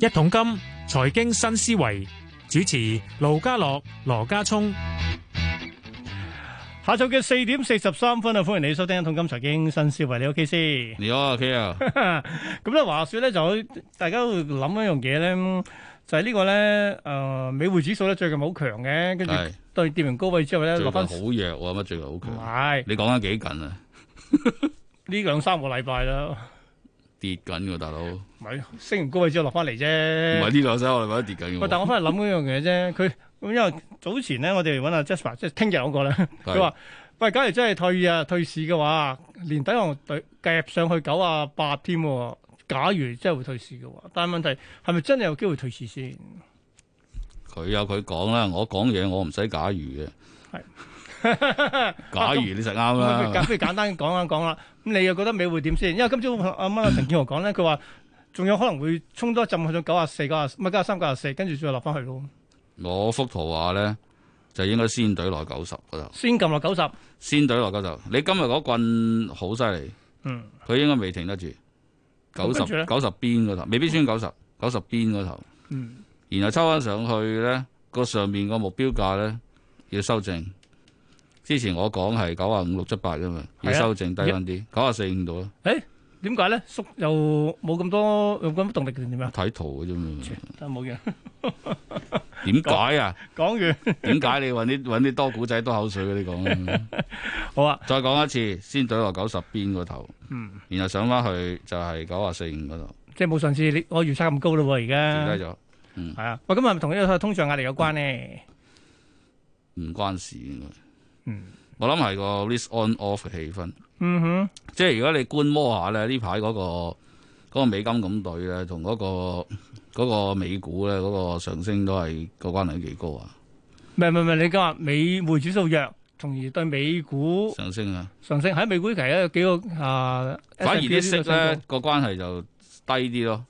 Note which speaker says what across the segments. Speaker 1: 一桶金財經新思維主持盧家樂、羅家聰。
Speaker 2: 下晝嘅四點四十三分啊，歡迎你收聽《一桶金財經新思維》，你 OK 先？
Speaker 3: 你好啊，K 啊，
Speaker 2: 咁咧話説咧，就大家都諗一樣嘢咧，就係、呢個咧，誒、美匯指數咧最近好強嘅，跟住
Speaker 3: 係
Speaker 2: 對跌完高位之後咧
Speaker 3: 最
Speaker 2: 落
Speaker 3: 近好
Speaker 2: 翻，
Speaker 3: 弱
Speaker 2: 唔
Speaker 3: 喎，乜最近好強？
Speaker 2: 係
Speaker 3: 你講緊幾緊啊？
Speaker 2: 呢兩三個禮拜啦，
Speaker 3: 跌緊喎，大佬，唔
Speaker 2: 咪升完高位之後落翻嚟啫。
Speaker 3: 係呢啊兩三個禮拜都跌緊
Speaker 2: 喂，但
Speaker 3: 嘅
Speaker 2: 我翻嚟諗嗰樣嘢啫，佢咁因為早前咧，我哋揾阿 Jasper，即係聽日嗰個咧，
Speaker 3: 係
Speaker 2: 佢話：喂，假如真係退啊退市嘅話，年底可能對夾上去九啊八添喎。假如真係會退市嘅話，但係問題係咪真係有機會退市先？
Speaker 3: 喎。佢有佢講啦，我講嘢我唔使假如嘅。
Speaker 2: 係
Speaker 3: 假如你實啱
Speaker 2: 咁啊不如
Speaker 3: 啦。
Speaker 2: 簡不如簡單講一講啦。咁你又覺得美匯點先？因為今朝阿媽陳建豪講咧，佢話仲有可能會衝多一陣去到九啊四、九啊唔係九啊三、九啊四，跟住再落翻去咯。
Speaker 3: 我幅圖畫咧就應該先隊落九十嗰度，
Speaker 2: 先撳落九十，
Speaker 3: 先隊落九十。你今日嗰棍好犀利，
Speaker 2: 嗯，
Speaker 3: 佢應該未停得住九
Speaker 2: 咁
Speaker 3: 十
Speaker 2: 跟
Speaker 3: 九
Speaker 2: 住咧
Speaker 3: 十邊嗰頭，未必穿九十九十邊嗰頭。
Speaker 2: 嗯，
Speaker 3: 然後抽翻上去咧，個上面個目標價咧要修正。之前我講係九啊五六七八啫嘛，
Speaker 2: 係
Speaker 3: 要
Speaker 2: 啊
Speaker 3: 修正低翻啲，九啊四五度啦，
Speaker 2: 點解咧？縮又冇咁多，有咁多動力定點樣？
Speaker 3: 睇圖嘅啫 嘛。
Speaker 2: 真係冇嘢。
Speaker 3: 點解啊？
Speaker 2: 講完
Speaker 3: 點解你揾啲揾啲多古仔多口水嗰啲 講啊？
Speaker 2: 好啊，
Speaker 3: 再講一次，先懟落九十邊個頭，
Speaker 2: 嗯
Speaker 3: 然後上翻去就係九啊四五嗰度，
Speaker 2: 即係冇上次你我預測咁高咯喎，而
Speaker 3: 跌低
Speaker 2: 家
Speaker 3: 咗，
Speaker 2: 係啊。喂，咁係咪同呢個通脹壓力有關咧？
Speaker 3: 唔關事應該。
Speaker 2: 嗯
Speaker 3: 我諗係個 risk on off 嘅氣氛。
Speaker 2: 嗯哼，
Speaker 3: 即係如果你觀摩下咧，呢排嗰、個嗰、個美金咁對咧，同嗰、個嗰、個美股咧嗰、個上升都係個關係幾高啊，
Speaker 2: 唔係唔係唔係，你講話美匯指數弱，從而對美股
Speaker 3: 上升啊。
Speaker 2: 上升喺美股期咧有幾個啊，
Speaker 3: 反而
Speaker 2: S&P
Speaker 3: 啲息
Speaker 2: 呢個上
Speaker 3: 咧
Speaker 2: 高，
Speaker 3: 個關係就低啲咯，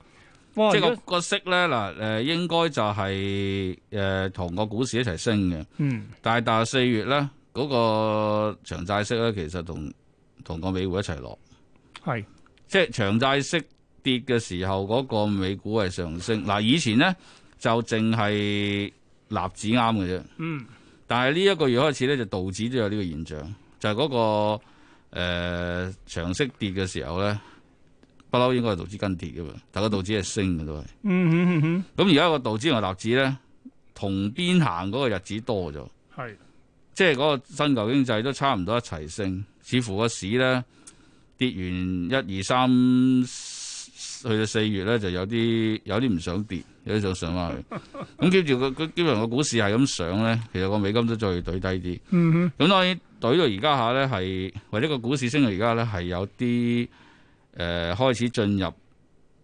Speaker 2: 哇，
Speaker 3: 即係個
Speaker 2: 哦如果
Speaker 3: 個息咧嗱誒應該就係誒同個股市一齊升嘅，
Speaker 2: 嗯
Speaker 3: 但係但係四月咧嗰、個長債息咧其實同同個美股一齊落，
Speaker 2: 係
Speaker 3: 即係長債息跌嘅時候嗰、個美股係上升。嗱以前咧就淨係納指啱嘅啫。
Speaker 2: 嗯
Speaker 3: 但係呢一個月開始咧，就道指都有呢個現象，就係、嗰個誒、呃、長息跌嘅時候咧，不嬲應該係道指跟跌嘅嘛，但個道指係升嘅都係。
Speaker 2: 嗯嗯嗯
Speaker 3: 咁而家個道指同納指咧同邊行嗰個日子多咗，
Speaker 2: 嗯，係
Speaker 3: 即係嗰個新舊經濟都差唔多一齊升，似乎個市咧跌完一二三去到四月咧，就有啲有啲唔想跌，有啲想上翻去。咁跟住個個基本上個股市係咁上咧，其實個美金都再懟低啲。
Speaker 2: 嗯哼，
Speaker 3: 咁當然懟到而家下咧，係或者個股市升到而家咧，係有啲誒、呃、開始進入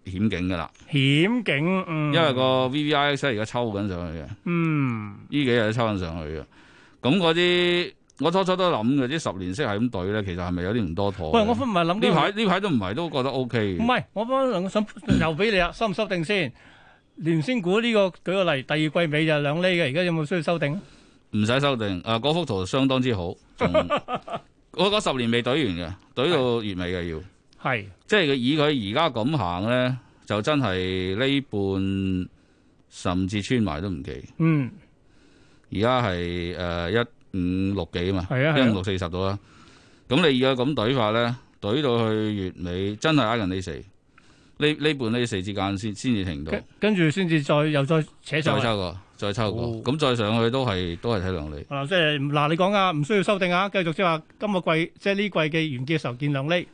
Speaker 3: 險境噶啦，
Speaker 2: 險境嗯，
Speaker 3: 因為個 VVIX 咧而家抽緊上去嘅，呢
Speaker 2: 嗯
Speaker 3: 幾日都抽緊上去嘅。咁嗰啲我初初都諗嘅，啲十年息係咁懟咧，其實係咪有啲唔多妥
Speaker 2: 喂，
Speaker 3: 嘅？
Speaker 2: 我唔係諗緊
Speaker 3: 呢排呢排都唔係都覺得 O K
Speaker 2: 唔
Speaker 3: 嘅，
Speaker 2: 係，我幫兩個想 又俾你啊，收唔收定先？連先股呢、個舉個例，第二季尾就兩厘嘅，而家有冇需要修訂？
Speaker 3: 唔使修訂。啊，嗰幅圖相當之好， 仲我嗰十年未懟完嘅，懟到月尾嘅要。
Speaker 2: 係
Speaker 3: 即係以佢而家咁行咧，就真係呢半甚至穿埋都唔記。
Speaker 2: 嗯，
Speaker 3: 而家係誒一五六幾啊嘛，
Speaker 2: 係啊
Speaker 3: 一
Speaker 2: 係
Speaker 3: 五
Speaker 2: 啊
Speaker 3: 六四十到啦。咁你而家咁懟法咧，懟到去月尾真係挨近呢四，呢呢半呢四之間先先至停到，
Speaker 2: 跟跟住先至再又再扯
Speaker 3: 再
Speaker 2: 上去。
Speaker 3: 抽過，再抽過，
Speaker 2: 哦
Speaker 3: 咁、再上去都係都係睇兩厘。
Speaker 2: 嗱，即係嗱，你講啊，唔需要修訂啊，繼續即係話今個季即係呢季嘅完結嘅時候見兩厘。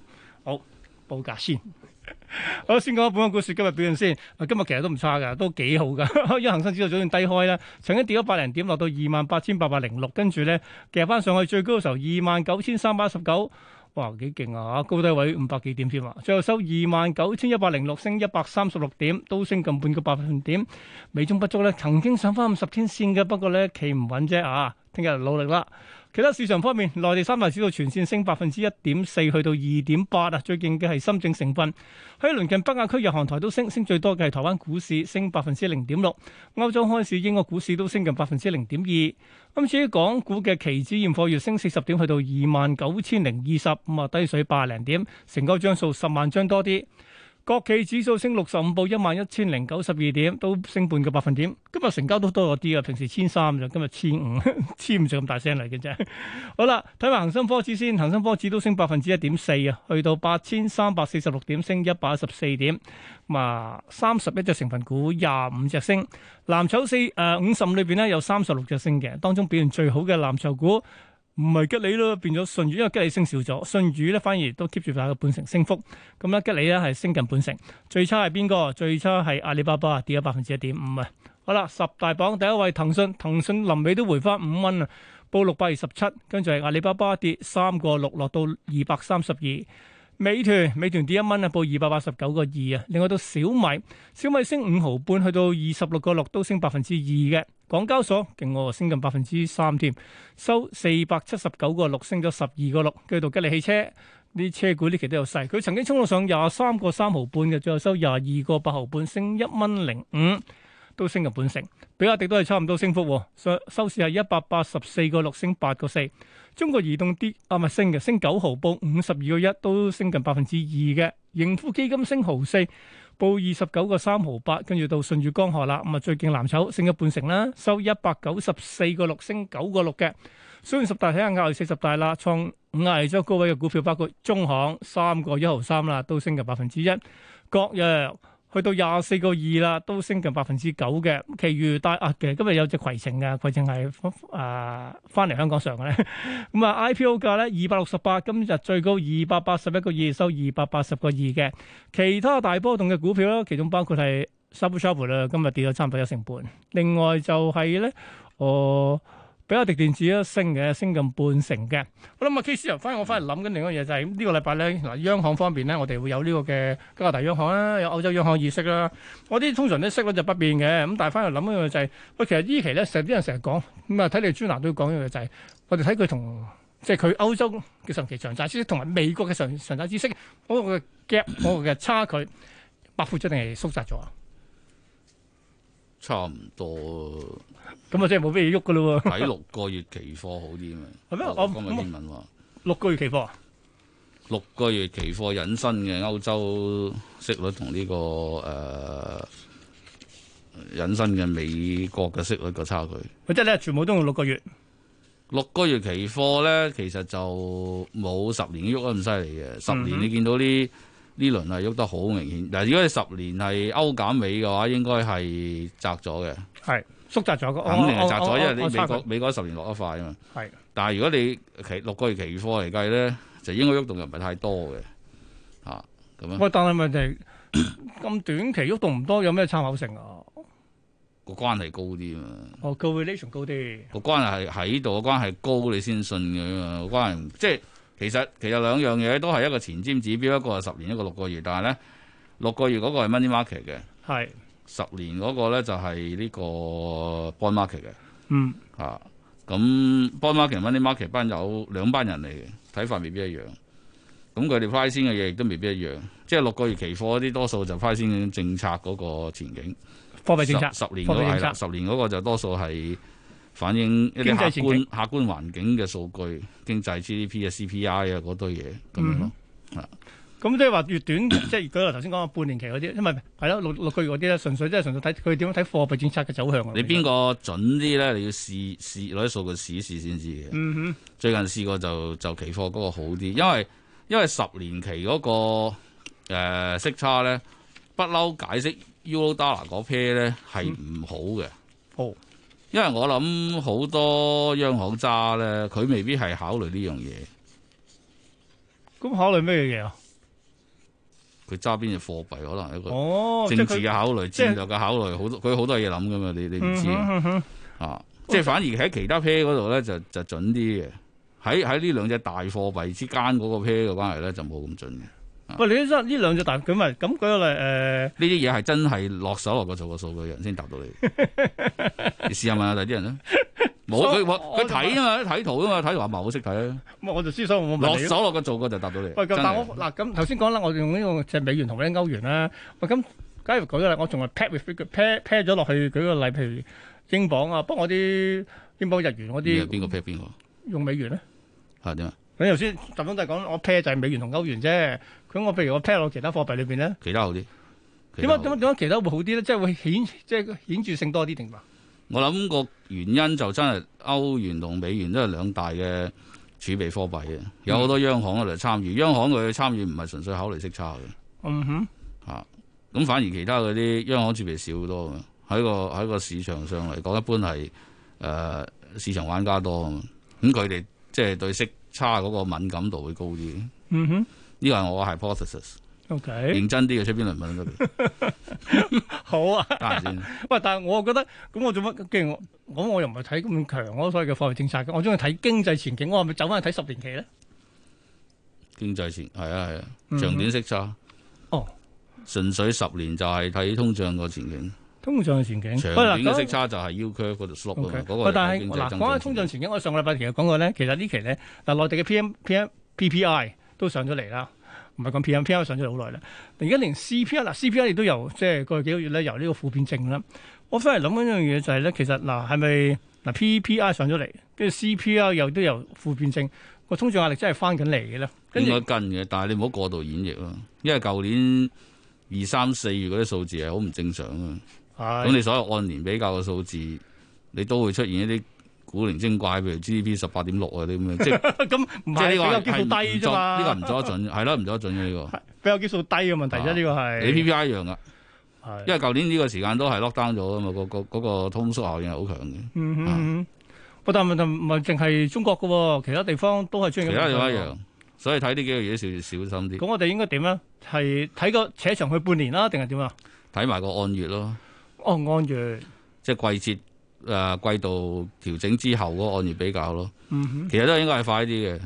Speaker 2: 好，報價先。 好，先講本港股市今日表現先。啊今日其實都唔差㗎，都幾好㗎。 因為恒生指數早段低開啦，曾經跌咗百零點，落到二萬八千八百零六，跟住咧夾翻上去最高嘅時候二萬九千三百一十九。哇，幾勁啊！高低位五百幾點添啊！最後收二萬九千一百零六，升一百三十六點，都升近半個百分點。美中不足咧，曾經上翻五十天線嘅，不過咧企唔穩啫啊！聽日努力啦。其他市場方面，內地三大指數全線升百分之一點四，去到二點八啊！最勁嘅係深證成分，喺鄰近北亞區日韓台都升，升最多嘅係台灣股市升百分之零點六。歐洲開市，英國股市都升近百分之零點二。咁至於港股嘅期指現貨，月升四十點，去到 二萬九千零二十，咁啊低水八零點，成交張數十萬張多啲。國企指數升六十五，報一萬一千零九十二點，都升半個百分點。今日成交都多咗啲啊，平時千三就今日千五，千五就咁大聲嚟嘅啫。好啦，睇埋恒生科指先，恒生科指都升百分之一點四啊，去到八千三百四十六點，升一百一十四點。咁啊，三十一隻成分股，廿五隻升。藍籌四誒五十五裏邊咧有三十六隻升嘅，當中表現最好嘅藍籌股。唔係吉利咯，變咗舜宇，因為吉利升少咗，舜宇咧反而都 keep 住大概半成升幅。咁咧吉利咧係升近半成，最差係邊個？最差係阿里巴巴跌咗百分之一點五啊！好啦，十大榜第一位騰訊，騰訊臨尾都回翻五蚊啊，報六百二十七，跟住係阿里巴巴跌三個六，落到二百三十二。美團，美團跌一蚊啊，報二百八十九個二啊。另外到小米，小米升五毫半，去到二十六個六，都升百分之二嘅。港交所勁喎，升近百分之三添，收四百七十九個六，升咗十二個六。跟住到吉利汽車，啲車股呢期都有勢，佢曾經衝到上廿三個三毫半嘅，最後收廿二個八毫半，升一蚊零五，都升近半成。比亞迪都係差唔多升幅喎，上收市係一百八十四個六，升八個四。中國移動跌啊，唔係升嘅，升九毫，報五十二個一，都升近百分之二嘅。盈富基金升毫四，報二十九個三毫八，跟住到舜宇光學啦，咁啊最勁藍籌升咗半成啦，收一百九十四個六，升九個六嘅。雖然十大睇下壓力四十大啦，創五壓力咗高位嘅股票包括中行三個一毫三啦，都升近百分之一。國藥去到廿四個二啦，都升近百分之九嘅。其餘大壓嘅，今日有隻攜程嘅，攜程係啊翻嚟香港上嘅咧。 咁啊 IPO 價咧二百六十八，今日最高二百八十一個二，收二百八十個二嘅。其他大波動嘅股票啦，其中包括係 s u b s h o p 啦，今日跌咗差唔多一成半。另外就係咧，哦、比亞迪電子都升嘅，升近半成嘅。好啦，咁啊，K 由翻我翻嚟諗緊另一樣嘢就係、呢個禮拜咧，嗱央行方面咧，我哋會有呢個嘅加拿大央行啦，有歐洲央行議息啦。我啲通常啲息率就不變嘅，咁但係翻嚟諗一樣就係、喂，其實呢期咧成啲人成日講，咁啊睇你專欄都講一樣嘢就係、我哋睇佢同即係佢歐洲嘅長期長債孳息同埋美國嘅長長債孳息嗰個嘅 gap 嗰個嘅差距，百闊咗定係縮窄咗啊？
Speaker 3: 差唔多
Speaker 2: 咁啊，即係冇乜嘢喐噶咯喎，
Speaker 3: 睇六個月期貨好啲嘛。
Speaker 2: 係咩
Speaker 3: 我
Speaker 2: 我
Speaker 3: 我今日
Speaker 2: 咁我
Speaker 3: 英文話
Speaker 2: 六個月期貨啊。
Speaker 3: 六個月期貨引申嘅歐洲息率同呢、個誒、呃引申嘅美國嘅息率個差距。
Speaker 2: 佢即係咧，全部都用六個月。
Speaker 3: 六個月期貨咧，其實就冇十年喐得咁犀利嘅。十
Speaker 2: 嗯
Speaker 3: 年
Speaker 2: 哼
Speaker 3: 你見到呢呢輪係喐得好明顯。嗱，如果你十年係歐減美嘅話，應該係窄咗嘅，
Speaker 2: 係縮窄咗個，
Speaker 3: 肯定係窄
Speaker 2: 我
Speaker 3: 咗，
Speaker 2: 我
Speaker 3: 因為
Speaker 2: 我
Speaker 3: 你
Speaker 2: 差距
Speaker 3: 美國美國十年落得快啊嘛。
Speaker 2: 係
Speaker 3: 但係如果你期六個月期貨嚟計咧，就應該喐動又唔係太多嘅嚇咁樣
Speaker 2: 喂，但係問 題咁短期喐動唔多，有咩參考性啊？
Speaker 3: 個關係高啲啊嘛。
Speaker 2: 哦，correlation 高啲，
Speaker 3: 個關係喺度，個關係高你先信佢啊嘛。個關係唔即係其實其實兩樣嘢都係一個前瞻指標，一個係十年，一個六個月。但係咧六個月嗰個係 money market 嘅，
Speaker 2: 係
Speaker 3: 十年嗰個咧就係呢個 bond market 嘅
Speaker 2: 嗯
Speaker 3: 嚇。咁、bond market、money market 班有兩班人嚟嘅，睇法未必一樣。咁佢哋 price 先嘅嘢亦都未必一樣。即係六個月期貨嗰啲多數就 price 先政策嗰個前景。
Speaker 2: 貨幣政策
Speaker 3: 十十年
Speaker 2: 貨
Speaker 3: 嗰個
Speaker 2: 幣政
Speaker 3: 係
Speaker 2: 策
Speaker 3: 啦，十年嗰個就多數係反映一
Speaker 2: 經濟
Speaker 3: 啲客
Speaker 2: 前
Speaker 3: 觀客觀環境嘅數據，經濟 GDP 啊、CPI 啊嗰堆嘢咁樣
Speaker 2: 嗯
Speaker 3: 咯。
Speaker 2: 咁即係話越短， 即係舉例頭先講嘅半年期嗰啲，因為係咯六六個月嗰啲咧，純粹即係純粹睇佢點樣睇貨幣政策嘅走向啊。
Speaker 3: 你邊個準啲咧？你要試試攞啲數據試一試先知嘅。
Speaker 2: 嗯
Speaker 3: 最近試過就就期貨嗰個好啲，因為因為十年期嗰、個、呃、息差咧，不嬲解釋 Euro Dollar 嗰 pair 咧係唔好嘅。
Speaker 2: 哼，哦，
Speaker 3: 因為我諗好多央行揸咧，佢未必係考慮呢樣嘢。
Speaker 2: 咁考慮咩嘢啊？
Speaker 3: 佢揸邊隻貨幣可能係一個
Speaker 2: 哦，即係
Speaker 3: 政治
Speaker 2: 佢
Speaker 3: 啊嘅考慮、
Speaker 2: 即係
Speaker 3: 戰略嘅考慮，好多佢好多嘢諗噶嘛，你你唔
Speaker 2: 嗯
Speaker 3: 知
Speaker 2: 哼嗯哼
Speaker 3: 啊。即係反而喺其他 pair 嗰度咧，就就準啲嘅。喺喺呢兩隻大貨幣之間嗰個 pair 嘅關係咧，就冇咁準嘅。呢
Speaker 2: 喂，你都真係呢兩隻大舉咪咁舉個例誒，
Speaker 3: 啲嘢係真係落手落腳做過數嘅人先答 到你。你試下問下第啲人啦。冇
Speaker 2: 所
Speaker 3: 佢
Speaker 2: 以
Speaker 3: 冇
Speaker 2: 我
Speaker 3: 佢睇啊嘛，睇圖啊嘛，睇圖阿嫲好識睇啊。
Speaker 2: 咁我就思想我問
Speaker 3: 落
Speaker 2: 你咯
Speaker 3: 手落腳做過就答到你。
Speaker 2: 喂，咁
Speaker 3: 真
Speaker 2: 但
Speaker 3: 係
Speaker 2: 我嗱咁頭先講啦，我哋用呢個就係美元同呢歐元啦。喂，咁假如舉個例，我仲係 pair with pair pair 咗落去，舉個例，譬如英鎊啊，不過我啲英鎊日元嗰
Speaker 3: 你係
Speaker 2: 啲
Speaker 3: 邊個 pair 邊個
Speaker 2: 用美元咧。
Speaker 3: 係點啊？
Speaker 2: 你頭先集中都係講我 pair 就係美元同歐元啫，咁我譬如我 pair 落其他貨幣裏邊咧，
Speaker 3: 其他好啲。其
Speaker 2: 點
Speaker 3: 他好
Speaker 2: 解點解啊點解其他會好啲咧？即係會顯即係顯著性多啲定嘛？
Speaker 3: 我諗個原因就真係歐元同美元都係兩大嘅儲備貨幣嘅，有好多央行喺度參與，央行佢參與唔係純粹考慮息差嘅
Speaker 2: 嗯哼，
Speaker 3: 嚇，啊咁、反而其他嗰啲央行儲備少好多嘅，喺個喺個市場上嚟講，一般係誒、呃市場玩家多啊嘛，咁佢哋即係對息差嗰個敏感度會高啲，
Speaker 2: 嗯哼
Speaker 3: 呢個係我嘅 hypothesis，
Speaker 2: ，OK，
Speaker 3: 認真啲嘅出篇論文都得，
Speaker 2: 好啊。
Speaker 3: 得閒先。
Speaker 2: 喂，但係我覺得咁我做乜？既然我咁我又唔係睇咁強嗰所謂嘅貨幣政策嘅，我中意睇經濟前景。我係咪走翻去睇十年期咧？
Speaker 3: 經濟前係啊係啊，
Speaker 2: 嗯
Speaker 3: 長短息差。
Speaker 2: 哦，
Speaker 3: 純粹十年就係睇通脹個前景，
Speaker 2: 通脹嘅前景，
Speaker 3: 長
Speaker 2: 嗯喂
Speaker 3: 短嘅息。差就係 U curve 嗰度 slope 啊嘛
Speaker 2: OK，
Speaker 3: 嗰個
Speaker 2: 但
Speaker 3: 係睇
Speaker 2: 係
Speaker 3: 經
Speaker 2: 嗱
Speaker 3: 濟，增
Speaker 2: 講
Speaker 3: 長
Speaker 2: 緊通
Speaker 3: 前景。
Speaker 2: 脹前景，我上個禮拜其實講過咧，其實呢期咧，嗱內地嘅 PM PM PPI 都上咗嚟啦，唔係講 PM PPI 上咗嚟好耐啦。而家連 CPI 嗱 CPI 亦都由即係過去幾個月咧由呢個負變正啦。我翻嚟諗緊一樣嘢就係咧，其實嗱係咪嗱 PPI 上咗嚟，跟住 CPI 又都由負變正，個通脹壓力真係翻緊嚟嘅咧。跟
Speaker 3: 應
Speaker 2: 住
Speaker 3: 該跟嘅，但係你唔好過度演繹咯，因為舊年二三四月嗰啲數字係好唔正常啊。
Speaker 2: 係
Speaker 3: 咁你所有按年比較嘅數字，你都會出現一啲古靈精怪，譬如 GDP 十八點六啊啲咁嘅，即係
Speaker 2: 咁 唔
Speaker 3: 即係
Speaker 2: 係
Speaker 3: 呢
Speaker 2: 比較
Speaker 3: 個
Speaker 2: 基數
Speaker 3: 係係唔
Speaker 2: 低啫
Speaker 3: 作
Speaker 2: 嘛，
Speaker 3: 呢個唔作得準，係啦唔作得準嘅呢
Speaker 2: 比較基數低嘅問題啫，
Speaker 3: 啊
Speaker 2: 呢個 係
Speaker 3: 個。你 PPI 一樣啊噶，
Speaker 2: 係
Speaker 3: 因為舊年呢個時間都係 lock down 咗啊嘛，個個嗰個通縮效應係好強嘅。
Speaker 2: 嗯
Speaker 3: 啊
Speaker 2: 哼嗯哼，不但問題唔係淨係中國嘅喎，其他地方都係出現
Speaker 3: 其
Speaker 2: 咁嘅
Speaker 3: 他
Speaker 2: 情
Speaker 3: 地
Speaker 2: 況
Speaker 3: 方一。樣，所以睇呢幾個嘢少小心啲，
Speaker 2: 咁我哋應該點咧？係睇個扯長去半年啦，定係點啊？
Speaker 3: 睇埋個按月咯，
Speaker 2: 哦，按月，
Speaker 3: 即係季節誒、呃季度調整之後嗰個按月比較咯。
Speaker 2: 嗯哼，
Speaker 3: 其實都應該係快啲嘅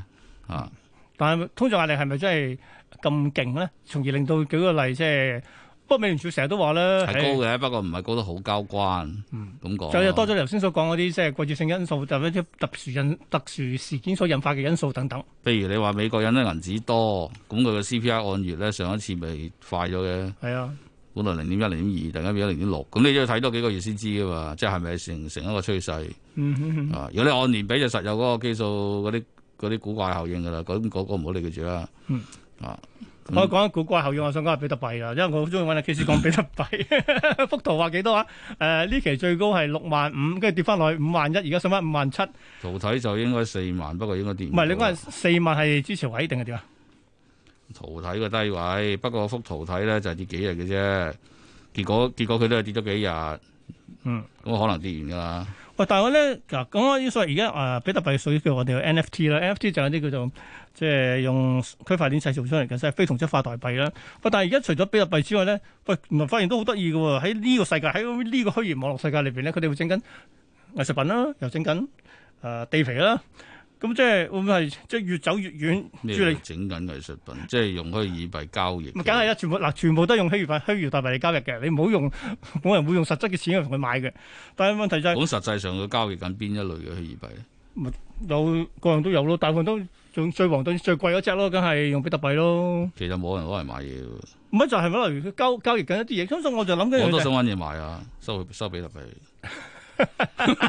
Speaker 3: 啊，
Speaker 2: 但係通脹壓力係咪真係咁勁咧？從而令到舉個例，即係不過美聯儲成日都話咧，
Speaker 3: 係高嘅，不過唔係高得好交關
Speaker 2: 嗯
Speaker 3: 咁講。
Speaker 2: 就又多咗你頭先所講嗰啲即係季節性因素，就係一啲特殊因特殊事件所引發嘅因素等等。
Speaker 3: 譬如你話美國印得銀紙多，咁佢嘅 CPI 按月咧上一次咪快咗嘅，
Speaker 2: 係啊，
Speaker 3: 本來零點一、零點二，突然間變咗零點六，咁你都要睇多幾個月先知噶嘛，即係係咪成成一個趨勢？
Speaker 2: 嗯哼哼
Speaker 3: 啊！如果你按年比就實有嗰個基數嗰啲嗰啲古怪效應㗎啦，咁嗰個唔好理佢住啦。
Speaker 2: 嗯
Speaker 3: 啊，咁
Speaker 2: 我講一古怪後語，我想講下比特幣啦，因為我好中意揾阿 K 師講比特幣。 幅圖話幾多啊？誒、呢期最高係六萬五，跟住跌翻落去五萬一，而家上翻五萬七。唔
Speaker 3: 圖睇就應該四萬，不過應該跌唔
Speaker 2: 係你
Speaker 3: 到
Speaker 2: 講係四萬係支持位定係點啊？
Speaker 3: 圖睇個低位，不過幅圖睇咧就係跌幾日嘅啫。結果結果佢都係跌咗幾日，
Speaker 2: 嗯，
Speaker 3: 咁可能跌完㗎啦。
Speaker 2: 喂，但係我咧嗱，講開呢所謂而家誒啊比特幣屬於叫我哋嘅 NFT 啦，NFT 就有啲叫做即係用區塊鏈製造出嚟嘅，即係非同質化代幣啦。喂，但係而家除咗比特幣之外咧，喂，原來發現都好得意嘅喎，喺呢個世界喺呢個虛擬網絡世界裏邊咧，佢哋會整緊啊藝術品啦，又整緊誒地皮啦。咁即係會唔會係即係越走越遠？
Speaker 3: 咩
Speaker 2: 住你
Speaker 3: 整緊藝術品，即係用虛擬幣交易嘅。
Speaker 2: 咪梗係啦，全部嗱，全部都係用虛擬幣、虛擬代幣嚟交易嘅，你唔好用，冇人會用實質嘅錢去同佢買嘅。但係問題就係、
Speaker 3: 咁實際上佢交易緊邊一類嘅虛擬幣咧？
Speaker 2: 有各樣都有咯，大部分都最最黃最最貴嗰只咯，梗係用比特幣咯。
Speaker 3: 其實冇人攞嚟買嘢嘅喎，
Speaker 2: 唔係就係攞嚟交交易緊一啲嘢，咁所以我就諗緊
Speaker 3: 我都
Speaker 2: 樣
Speaker 3: 想
Speaker 2: 嘢
Speaker 3: 揾嘢買啊！收收比特幣，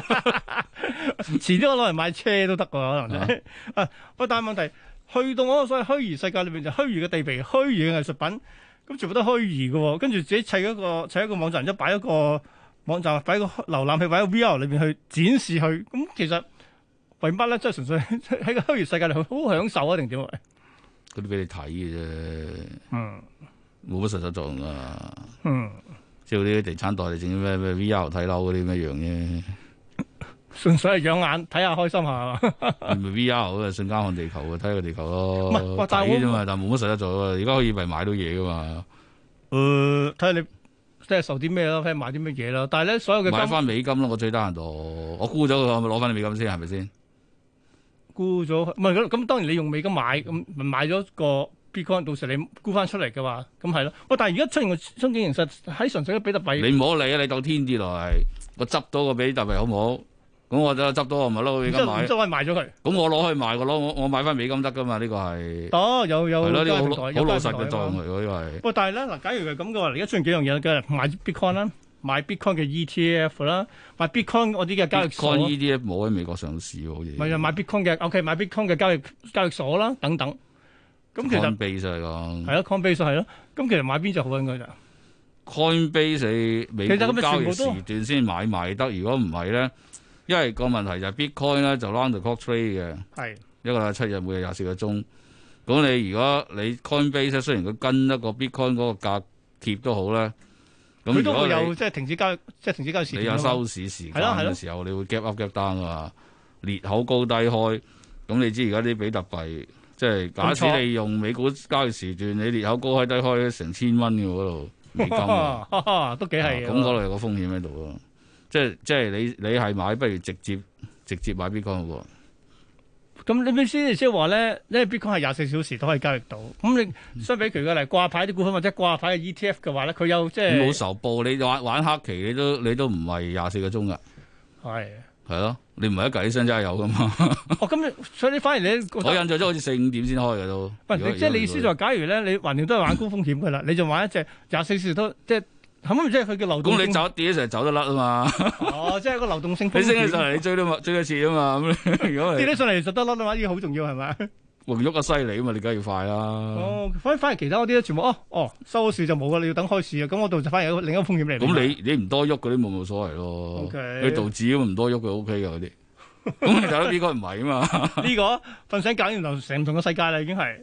Speaker 2: 就係，遲啲我攞嚟買車都得㗎，可能就係啊。喂，但係問題去到我所謂虛擬世界裏面，就虛擬嘅地皮、虛擬嘅藝術品，咁全部都虛擬嘅喎，跟住自己砌一個砌一個網站，然之後擺一個網站，擺一個瀏覽器，擺喺 VR 裏面去展示佢。咁其實為乜咧？即係純粹喺個虛擬世界裏好享受啊，定點啊？
Speaker 3: 嗰啲俾你睇嘅啫，
Speaker 2: 嗯
Speaker 3: 冇乜實質作用啊！
Speaker 2: 嗯。
Speaker 3: 即係嗰啲地產代理整啲咩咩 VR 睇樓嗰啲咩樣啫，
Speaker 2: 純粹係養眼，睇下開心下係嘛。
Speaker 3: 咪 VR 嗰個瞬間看地球啊，睇個地球
Speaker 2: 啊唔係
Speaker 3: 咯，
Speaker 2: 哇但係我
Speaker 3: 睇啫嘛，但冇乜實質做啊！而家可以咪買到嘢噶嘛，
Speaker 2: 誒，睇下你即係受啲咩咯，睇下買啲乜嘢咯。但係咧，所有嘅
Speaker 3: 買
Speaker 2: 金
Speaker 3: 翻美金咯，我最低限度，我沽咗佢，我咪攞翻啲美金先，係咪先？
Speaker 2: 沽咗，唔係咁咁。當然你用美金買，咁咪買咗個 Bitcoin，到時你沽翻出嚟嘅話，咁係咯。喂，但係而家出現個新景形勢喺純粹嘅比特幣，
Speaker 3: 你唔好理啊！你當天跌落嚟，我執到個比特幣好唔好？咁我就執到我咪攞
Speaker 2: 然
Speaker 3: 去美
Speaker 2: 之
Speaker 3: 金
Speaker 2: 後
Speaker 3: 買
Speaker 2: 然之，後我賣咗佢。
Speaker 3: 咁我攞去賣個咯，我我買翻美金得噶嘛？呢個係
Speaker 2: 哦，有有
Speaker 3: 係咯，呢個
Speaker 2: 有
Speaker 3: 好
Speaker 2: 平
Speaker 3: 老
Speaker 2: 台
Speaker 3: 好
Speaker 2: 有
Speaker 3: 老
Speaker 2: 街平
Speaker 3: 實
Speaker 2: 台
Speaker 3: 嘅
Speaker 2: 啊
Speaker 3: 作
Speaker 2: 嘛
Speaker 3: 用嚟喎，呢個係。
Speaker 2: 喂，但係咧嗱，假如係咁嘅話，而家出現幾樣嘢嘅，買 Bitcoin 啦，買 Bitcoin 嘅 ETF 啦，買 Bitcoin 嗰啲嘅交易所
Speaker 3: Bitcoin E
Speaker 2: 啊，
Speaker 3: ETF 冇喺美國上市喎，好似。
Speaker 2: 咪就買 Bitcoin 嘅，OK，買 Bitcoin 嘅交易交易所啦，等等。咁其實
Speaker 3: Coinbase 嚟講
Speaker 2: 係咯，Coinbase 係咯，咁其實買邊只好啊應該就
Speaker 3: Coinbase 你美
Speaker 2: 其實咁
Speaker 3: 股
Speaker 2: 咪
Speaker 3: 交
Speaker 2: 全
Speaker 3: 易
Speaker 2: 部都
Speaker 3: 時段先買賣得，如果唔係咧，因為個問題就係 Bitcoin 咧就 round the clock trade 嘅。
Speaker 2: 係
Speaker 3: 一個禮拜七日，每日廿四個鐘。咁你如果你 Coinbase 咧，雖然佢跟一個 Bitcoin 嗰個價貼都好咧，咁
Speaker 2: 佢
Speaker 3: 如
Speaker 2: 都
Speaker 3: 果
Speaker 2: 會有
Speaker 3: 你
Speaker 2: 即係停止交易，即係停止交易時
Speaker 3: 你
Speaker 2: 段
Speaker 3: 有
Speaker 2: 啊嘛
Speaker 3: 收市時間
Speaker 2: 係咯係咯
Speaker 3: 嘅時候，你會 gap up gap down 啊嘛，裂口高低開。咁你知而家啲比特幣，即係假
Speaker 2: 冇錯
Speaker 3: 使你用美股交易時段，你裂口高開低開成千蚊嘅嗰度美金啊
Speaker 2: 都 幾係
Speaker 3: 咁嗰度有個風險喺度咯。即係即係你你係買，不如直接直接買 Bitcoin 喎。
Speaker 2: 咁你咪先即係話咧，因為 Bitcoin 係廿四小時都可以交易到。咁
Speaker 3: 嗯
Speaker 2: 你相比佢嘅嚟掛牌啲股份或者掛牌嘅 ETF 嘅話咧，佢有即
Speaker 3: 你冇
Speaker 2: 係
Speaker 3: 仇報，你玩玩黑期，你都你都唔係廿四個鐘噶，
Speaker 2: 係
Speaker 3: 係咯，你唔係一計起身真係有噶 嘛？
Speaker 2: 哦咁你，所以你反而你覺
Speaker 3: 我
Speaker 2: 得
Speaker 3: 印象中好似四五點先開嘅都。
Speaker 2: 喂，
Speaker 3: 如果
Speaker 2: 你即係你意思就係，假如咧你橫掂都係玩高風險嘅啦，你就玩一隻廿四小時都即係咁，即係佢嘅流
Speaker 3: 如果
Speaker 2: 動
Speaker 3: 咁你
Speaker 2: 性
Speaker 3: 走一跌嘅時候走得甩啊嘛，
Speaker 2: 哦，即係個流動性風
Speaker 3: 你升起
Speaker 2: 險
Speaker 3: 上嚟你追都嘛追一次啊嘛，咁你 如果
Speaker 2: 跌
Speaker 3: 係
Speaker 2: 得上嚟就得啦，呢個好重要係咪？
Speaker 3: 黃喐啊犀利啊嘛，你梗係要快啦。
Speaker 2: 哦，反反而其他嗰啲咧全部哦哦收市就冇㗎啦，你要等開市啊。咁嗰度就反而有另一個風險嚟㗎嘛。
Speaker 3: 咁你你唔多喐嗰啲冇冇所謂咯
Speaker 2: OK
Speaker 3: 你道指咁唔多喐佢 O K 嘅 嗰啲，咁你睇到呢個唔係啊嘛，
Speaker 2: 呢、個瞓醒搞完就成唔同嘅世界啦，已經係。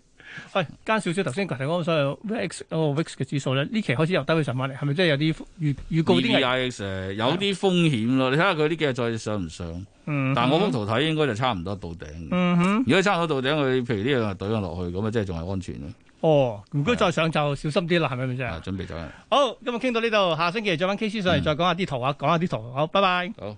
Speaker 2: 喂，間少少頭先提講所謂 VIX 嗰個 VIX 嘅指數咧，呢期開始由低位上翻嚟，係咪真係有啲預預告啲
Speaker 3: V
Speaker 2: 危？
Speaker 3: I X 誒有啲風險咯，你睇下佢呢幾日再上唔上？
Speaker 2: 嗯，
Speaker 3: 但我幅圖睇應該就差唔多到頂。
Speaker 2: 嗯哼，
Speaker 3: 如果差唔多到頂，佢譬如呢樣懟咗落去，咁啊，即係仲係安全咯。
Speaker 2: 哦，如果再上就小心啲啦，係咪咪
Speaker 3: 啊，
Speaker 2: 啫？
Speaker 3: 準備走人，嗯
Speaker 2: 好，今日傾到呢度，下星期再揾 K C 啊上嚟再講下啲圖啊，講下啲圖，好，拜拜。
Speaker 3: 好。